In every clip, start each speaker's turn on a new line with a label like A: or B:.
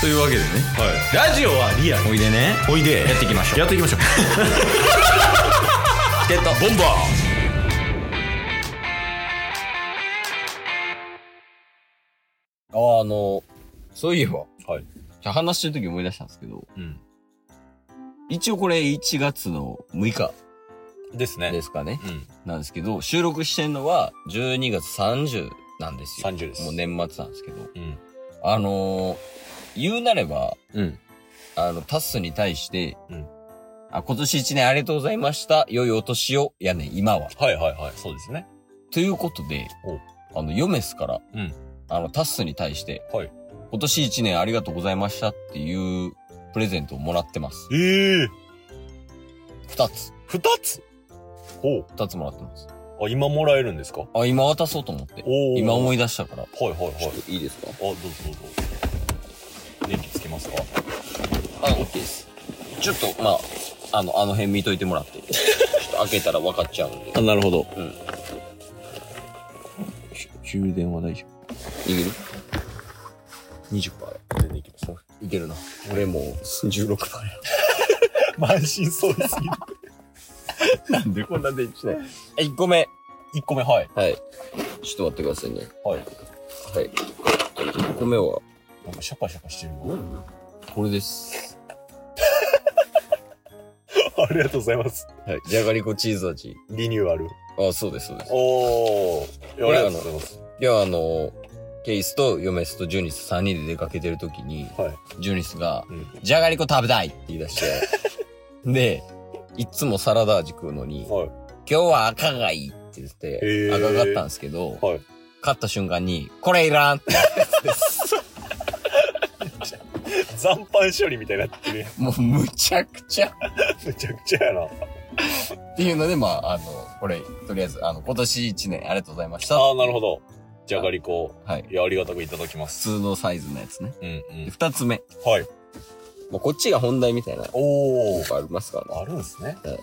A: というわけでね
B: ラジオはリアル
A: おいでね
B: おいで
A: やっていきましょう
B: やっていきましょう
A: チケットボンバーああのそういえば、
B: はい
A: 話してる時思い出したんですけど
B: うん
A: 一応これ1月の6日
B: ですね
A: ですかね
B: うん
A: なんですけど収録してんのは12月30なんですよ
B: 30です
A: もう年末なんですけど
B: うん
A: あのー、言うなれば
B: うん
A: あのタッスに対して、
B: うん
A: あ今年1年ありがとうございました良いお年をやねん今は
B: はいはいはいそうですね
A: ということで
B: お、
A: あの、ヨメスから、
B: うん
A: あの、タッスに対して、
B: はい
A: 今年一年ありがとうございましたっていうプレゼントをもらってます。
B: ええ
A: 二つ。
B: 二つほ
A: 二つもらってます。
B: うあ今もらえるんですか
A: あ、今渡そうと思って。
B: おお
A: 今思
B: い
A: い出したから。
B: はいはいはいあ
A: いいですか
B: どうぞどうぞ電気つけますか
A: あ、OK です。ちょっと、まあ、あの、あの辺見といてもらって。ちょっと開けたら分かっちゃうんで。
B: あなるほど
A: うん。
B: 充電は大丈
A: いける
B: 夫20%全然いきます
A: いけるな。俺もう16倍。
B: 満身創痍すぎる
A: なんでこんな電池ない。え、1個目。
B: 1個目はい
A: はい。ちょっと待ってくださいね。
B: はい
A: はい。1個目は、
B: なんかシャカシャカしてるわ
A: これです。
B: ありがとうございます
A: はい。じゃがりこチーズ味。
B: リニューアル
A: あ、そうです、そうです。
B: おおあり
A: これ
B: がとうございます
A: いや、あの、ケイスとヨメスとジュニス3人で出かけてるときに、
B: はい
A: ジュニスが、
B: うん
A: じゃがりこ食べたいって言い出 して、で、いつもサラダ味食うのに、
B: はい
A: 今日は赤がいいって言って、
B: へー
A: 赤かったんですけど、
B: はい
A: 買った瞬間に、これいらんってなったやつです。
B: 残飯処理みたいになってるやん
A: もうむちゃくちゃ。
B: めちゃくちゃやな
A: っていうので、まあ、あの、これ、とりあえず、あの、今年1年ありがとうございました。
B: ああなるほどじゃがりこ
A: はい。
B: いやありがたくいただきま
A: 普
B: す
A: 通のサイズのやつね。
B: うんうん
A: 二つ目。
B: はい
A: もうこっちが本題みたいな
B: おお
A: 効果ありますからね。
B: あるんすね
A: はい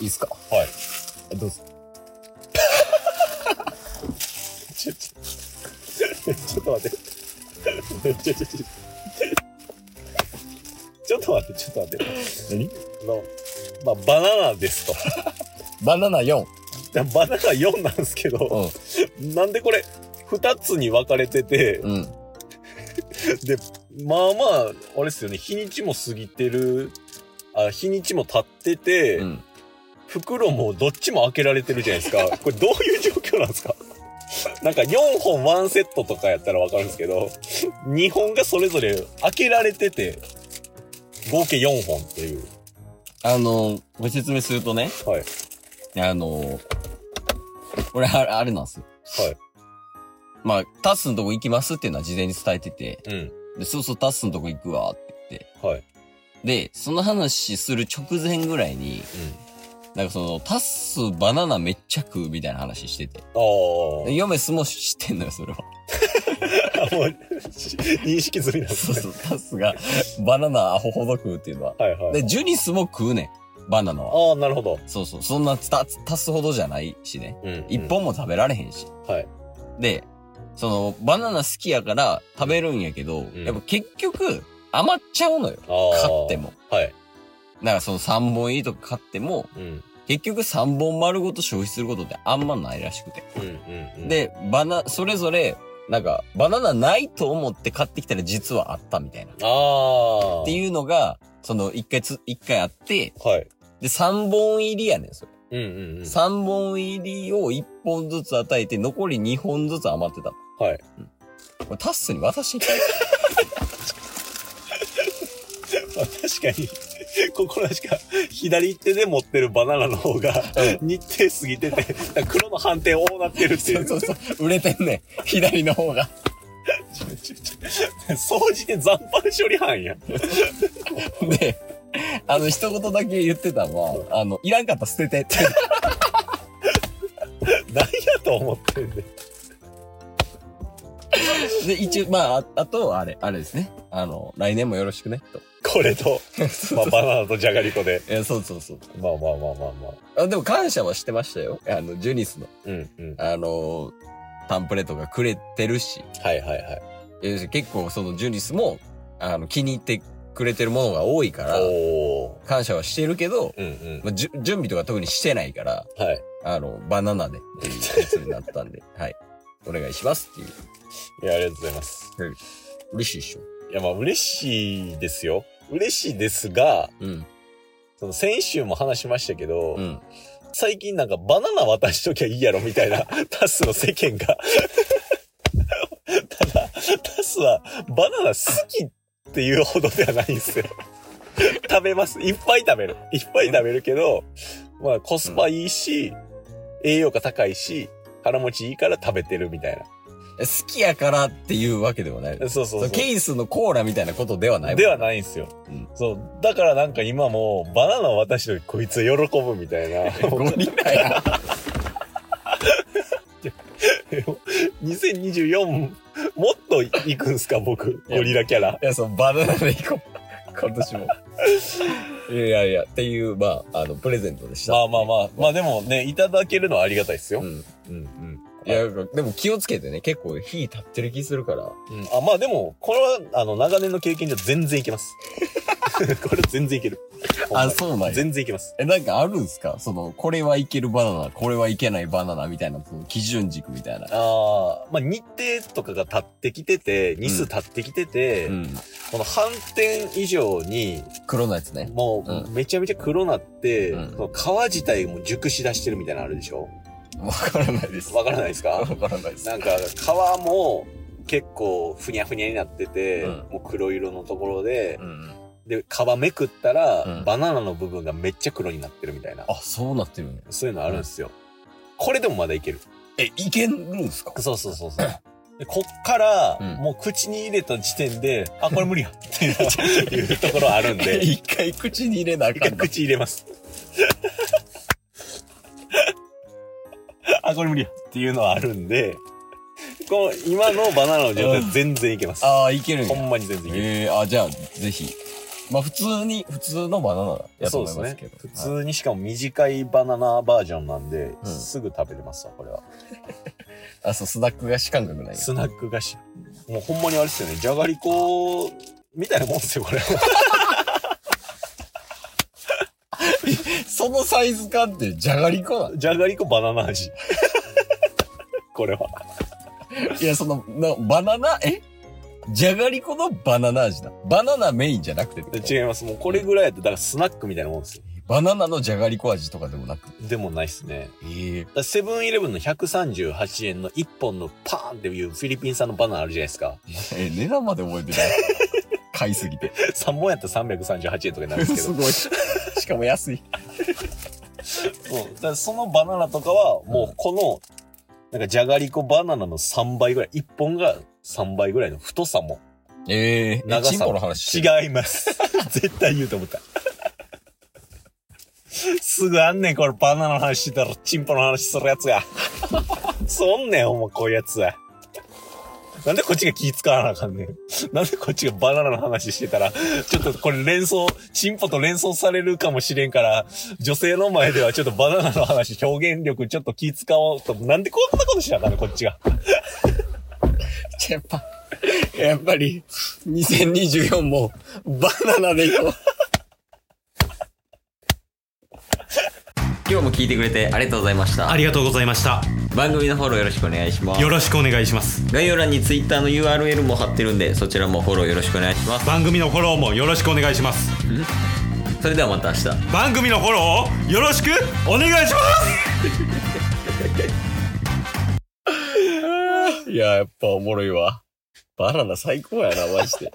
A: いいっすか
B: はい
A: どうぞ。
B: ちょちょちょっと待ってちょちょちょ ちょっと待ってちょっと待って
A: 何
B: のまあバナナですと
A: バナナ4。
B: バナナ4なんですけ
A: う
B: ど
A: ん。
B: なんでこれ2つに分かれてて、
A: うん。
B: でまあまああれですよね日にちも過ぎてるあ日にちも経ってて、
A: うん。
B: 袋もどっちも開けられてるじゃないです かこれどういう状況なんですか なんか4本ワンセットとかやったらわかるんですけど2本がそれぞれ開けられてて合計4本っていう
A: あの、ご説明するとね、
B: はい
A: あの、これ、あれ、あれなんですよ。
B: はい。
A: まあ、タッスのとこ行きますっていうのは事前に伝えてて、
B: うん
A: で、そうそうタッスのとこ行くわって言って。
B: はい
A: で、その話する直前ぐらいに、
B: うん
A: なんかその、タッスバナナめっちゃ食うみたいな話してて。
B: あ
A: でヨメスも知ってんのよ、 それは。
B: あもうし認識済みなんで
A: そう
B: す
A: そ
B: ね
A: う、タスがバナナアホほど食うっていうのは。
B: はいは
A: で、
B: い
A: ジュニスも食うねん。バナナは。
B: ああなるほど
A: そうそう。そんなた足すほどじゃないしね。
B: うん
A: 一本も食べられへんし。
B: はい
A: で、その、バナナ好きやから食べるんやけど、
B: ん
A: やっぱ結局余っちゃうのよ。
B: ああ
A: 買っても。
B: はい
A: だからその3本入りとか買っても、
B: うん
A: 結局3本丸ごと消費することってあんまないらしくて。
B: うんうんうん
A: で、バナ、それぞれ、なんか、バナナないと思って買ってきたら実はあったみたいな。
B: ああ
A: っていうのが、その、一回つ、一回あって、
B: はい
A: で、三本入りやねん、それ。
B: うんうんうん
A: 三本入りを一本ずつ与えて、残り二本ずつ余ってた。
B: はい
A: これタッスに渡していただい
B: まあ確かに、 ここらしか左手で持ってるバナナの方が日程過ぎてて、黒の判定をなってるってい
A: て。
B: う。
A: そうそうそう。売れてんねん。左の方が。
B: 掃除で残飯処理班や。
A: で、あの、一言だけ言ってたのは、あの、いらんかったら捨て てって。
B: 何やと思ってんで。
A: で、一応、まあ、ああと、あれ、あれですね。あの、来年もよろしくね、と。
B: ここれと、まあ、バナナとじゃがりこで。
A: いや、そうそうそう。
B: まあまあまあまあまあ。
A: あでも感謝はしてましたよ。あの、ジュニスの、
B: うんうん。
A: あの、タンプレとかくれてるし、
B: はいはいはい。
A: えー結構そのジュニスも、あの、気に入ってくれてるものが多いから、
B: おー。
A: 感謝はしてるけど、
B: うんうん。
A: まあ、じゅ準備とか特にしてないから、
B: はい。
A: あの、バナナでっていうやつになったんで、 はい。お願いしますっていう。
B: いや、ありがとうございます。
A: 嬉しいっしょ。
B: いや、まあ嬉しいですよ。嬉しいですが、
A: うん。
B: その先週も話しましたけど、
A: うん。
B: 最近なんかバナナ渡しときゃいいやろみた いなタスの世間が。ただ、タスはバナナ好きっていうほどではないんですよ。食べます。いっぱい食べる。いっぱい食べるけど、まあコスパいいし、栄養価高いし、腹持ちいいから食べてるみたい
A: 好きやからっていうわけではない。
B: な。そうそ
A: そ
B: うそうう。
A: ケースのコーラみたいなことではないもん
B: ではないんですよ、
A: うん
B: そう。だからなんか今もうバナナ渡しときこいつ喜ぶみたいな。
A: ゴリラや。
B: 2024もっといくんすか僕ゴリラキャラ
A: いや、そう、バナナでいこう。今年 も。いやいやいや、っていう、まあ、あの、プレゼントでした。
B: まあまあまあまあでもねいただけるのはありがたいですよ、
A: うん。
B: うんうん
A: いや、でも気をつけてね、結構火立ってる気するから。
B: うんあまあでもこれはあの長年の経験じゃ全然いけます これ全然いける
A: あ、そうなんや。
B: 全然いけます
A: え、なんかあるんすかその、これはいけるバナナ、これはいけないバナナみたいな、その基準軸みたいな。
B: あーまあ日程とかが立ってきてて日数立ってきてて、
A: うん。
B: この反転以上に
A: 黒のやつね。
B: もう
A: うん
B: めちゃめちゃ黒なって、
A: うん
B: その皮自体も熟しだしてるみたいなのあるでしょ
A: わからないです。
B: わからないですか
A: わからないです。
B: なんか皮も結構ふにゃふにゃになってて、
A: うん
B: もう黒色のところで
A: う、ん。
B: で皮めくったら、
A: うん
B: バナナの部分がめっちゃ黒になってるみたいな
A: あ、そうなってるんや。
B: そういうのあるんですよ、これでもまだいける
A: え、いけるんすか
B: そうそうそうそうでこっから、
A: うん
B: もう口に入れた時点であこれ無理やっていうところあるん で
A: 一回口に入れなあ
B: 一
A: か
B: 回
A: んな。
B: 口入れますあこれ無理やっていうのはあるんでこの今のバナナの状態全然いけます
A: ああ、いけるん
B: ほ
A: や。
B: んまに全然いける。
A: ええー、あ、じゃあ、ぜひ。まあ、普通に、普通のバナナやと
B: そう
A: 思
B: で
A: います
B: すね
A: けど。。
B: 普通にしかも短いバナナバージョンなんで、
A: うん
B: すぐ食べれますわ、これは。
A: あ、そう、スナック菓子感覚ないよ。
B: スナック菓子。もうほんまにあれですよね、じゃがりこみたいなもんですよ、これ は。
A: そのサイズ感って、じゃがりこな
B: じゃがりこバナナ味。 これは。
A: のいや、その、なバナナ、えじゃがりこのバナナ味だ。バナナメインじゃなくてってこと
B: 違います。もうこれぐらいやと、だからスナックみたいなもんですよ。
A: バナナのじゃがりこ味とかでもなく。
B: でもないっすね。
A: ええ
B: だからセブンイレブンの138円の1本のパーンっていうフィリピン産のバナナあるじゃないですか。
A: え、値段まで覚えてない。 買いすぎて。
B: 3本やったら338円とかになるんですけど
A: す。ごい。しかも安い。
B: そうだからそのバナナとかは、もうこの、なんかじゃがりこバナナの3倍ぐらい、1本が3倍ぐらいの太さも、
A: ええ
B: 長
A: チン
B: さ
A: ポの
B: も
A: 話してる。
B: 違います。 絶対言うと思った。すぐあんねん、これバナナの話してたら、チンポの話するやつが。そんねん、お前、こういうやつは。なんでこっちが気使わなあかんねん。なんでこっちがバナナの話してたら、ちょっとこれ連想、チンポと連想されるかもしれんから、女性の前ではちょっとバナナの話、表現力ちょっと気使おうと。なんでこんなことしなあかんねん、こっちが。
A: やっぱ、やっぱり、2024も、バナナでいこう。今日も聞いてくれてありがとうございました。
C: ありがとうございました。
A: 番組のフォローよろしくお願いします
C: よ。ろしくお願いします。
A: 概要欄に Twitter の URL も貼ってるんで、そちらもフォローよろしくお願いします。
C: 番組のフォローもよろしくお願いします。
A: それではまた明日。
C: 番組のフォローをよろしくお願いします
A: いや、やっぱおもろいわ。バナナ最高やな、マジで。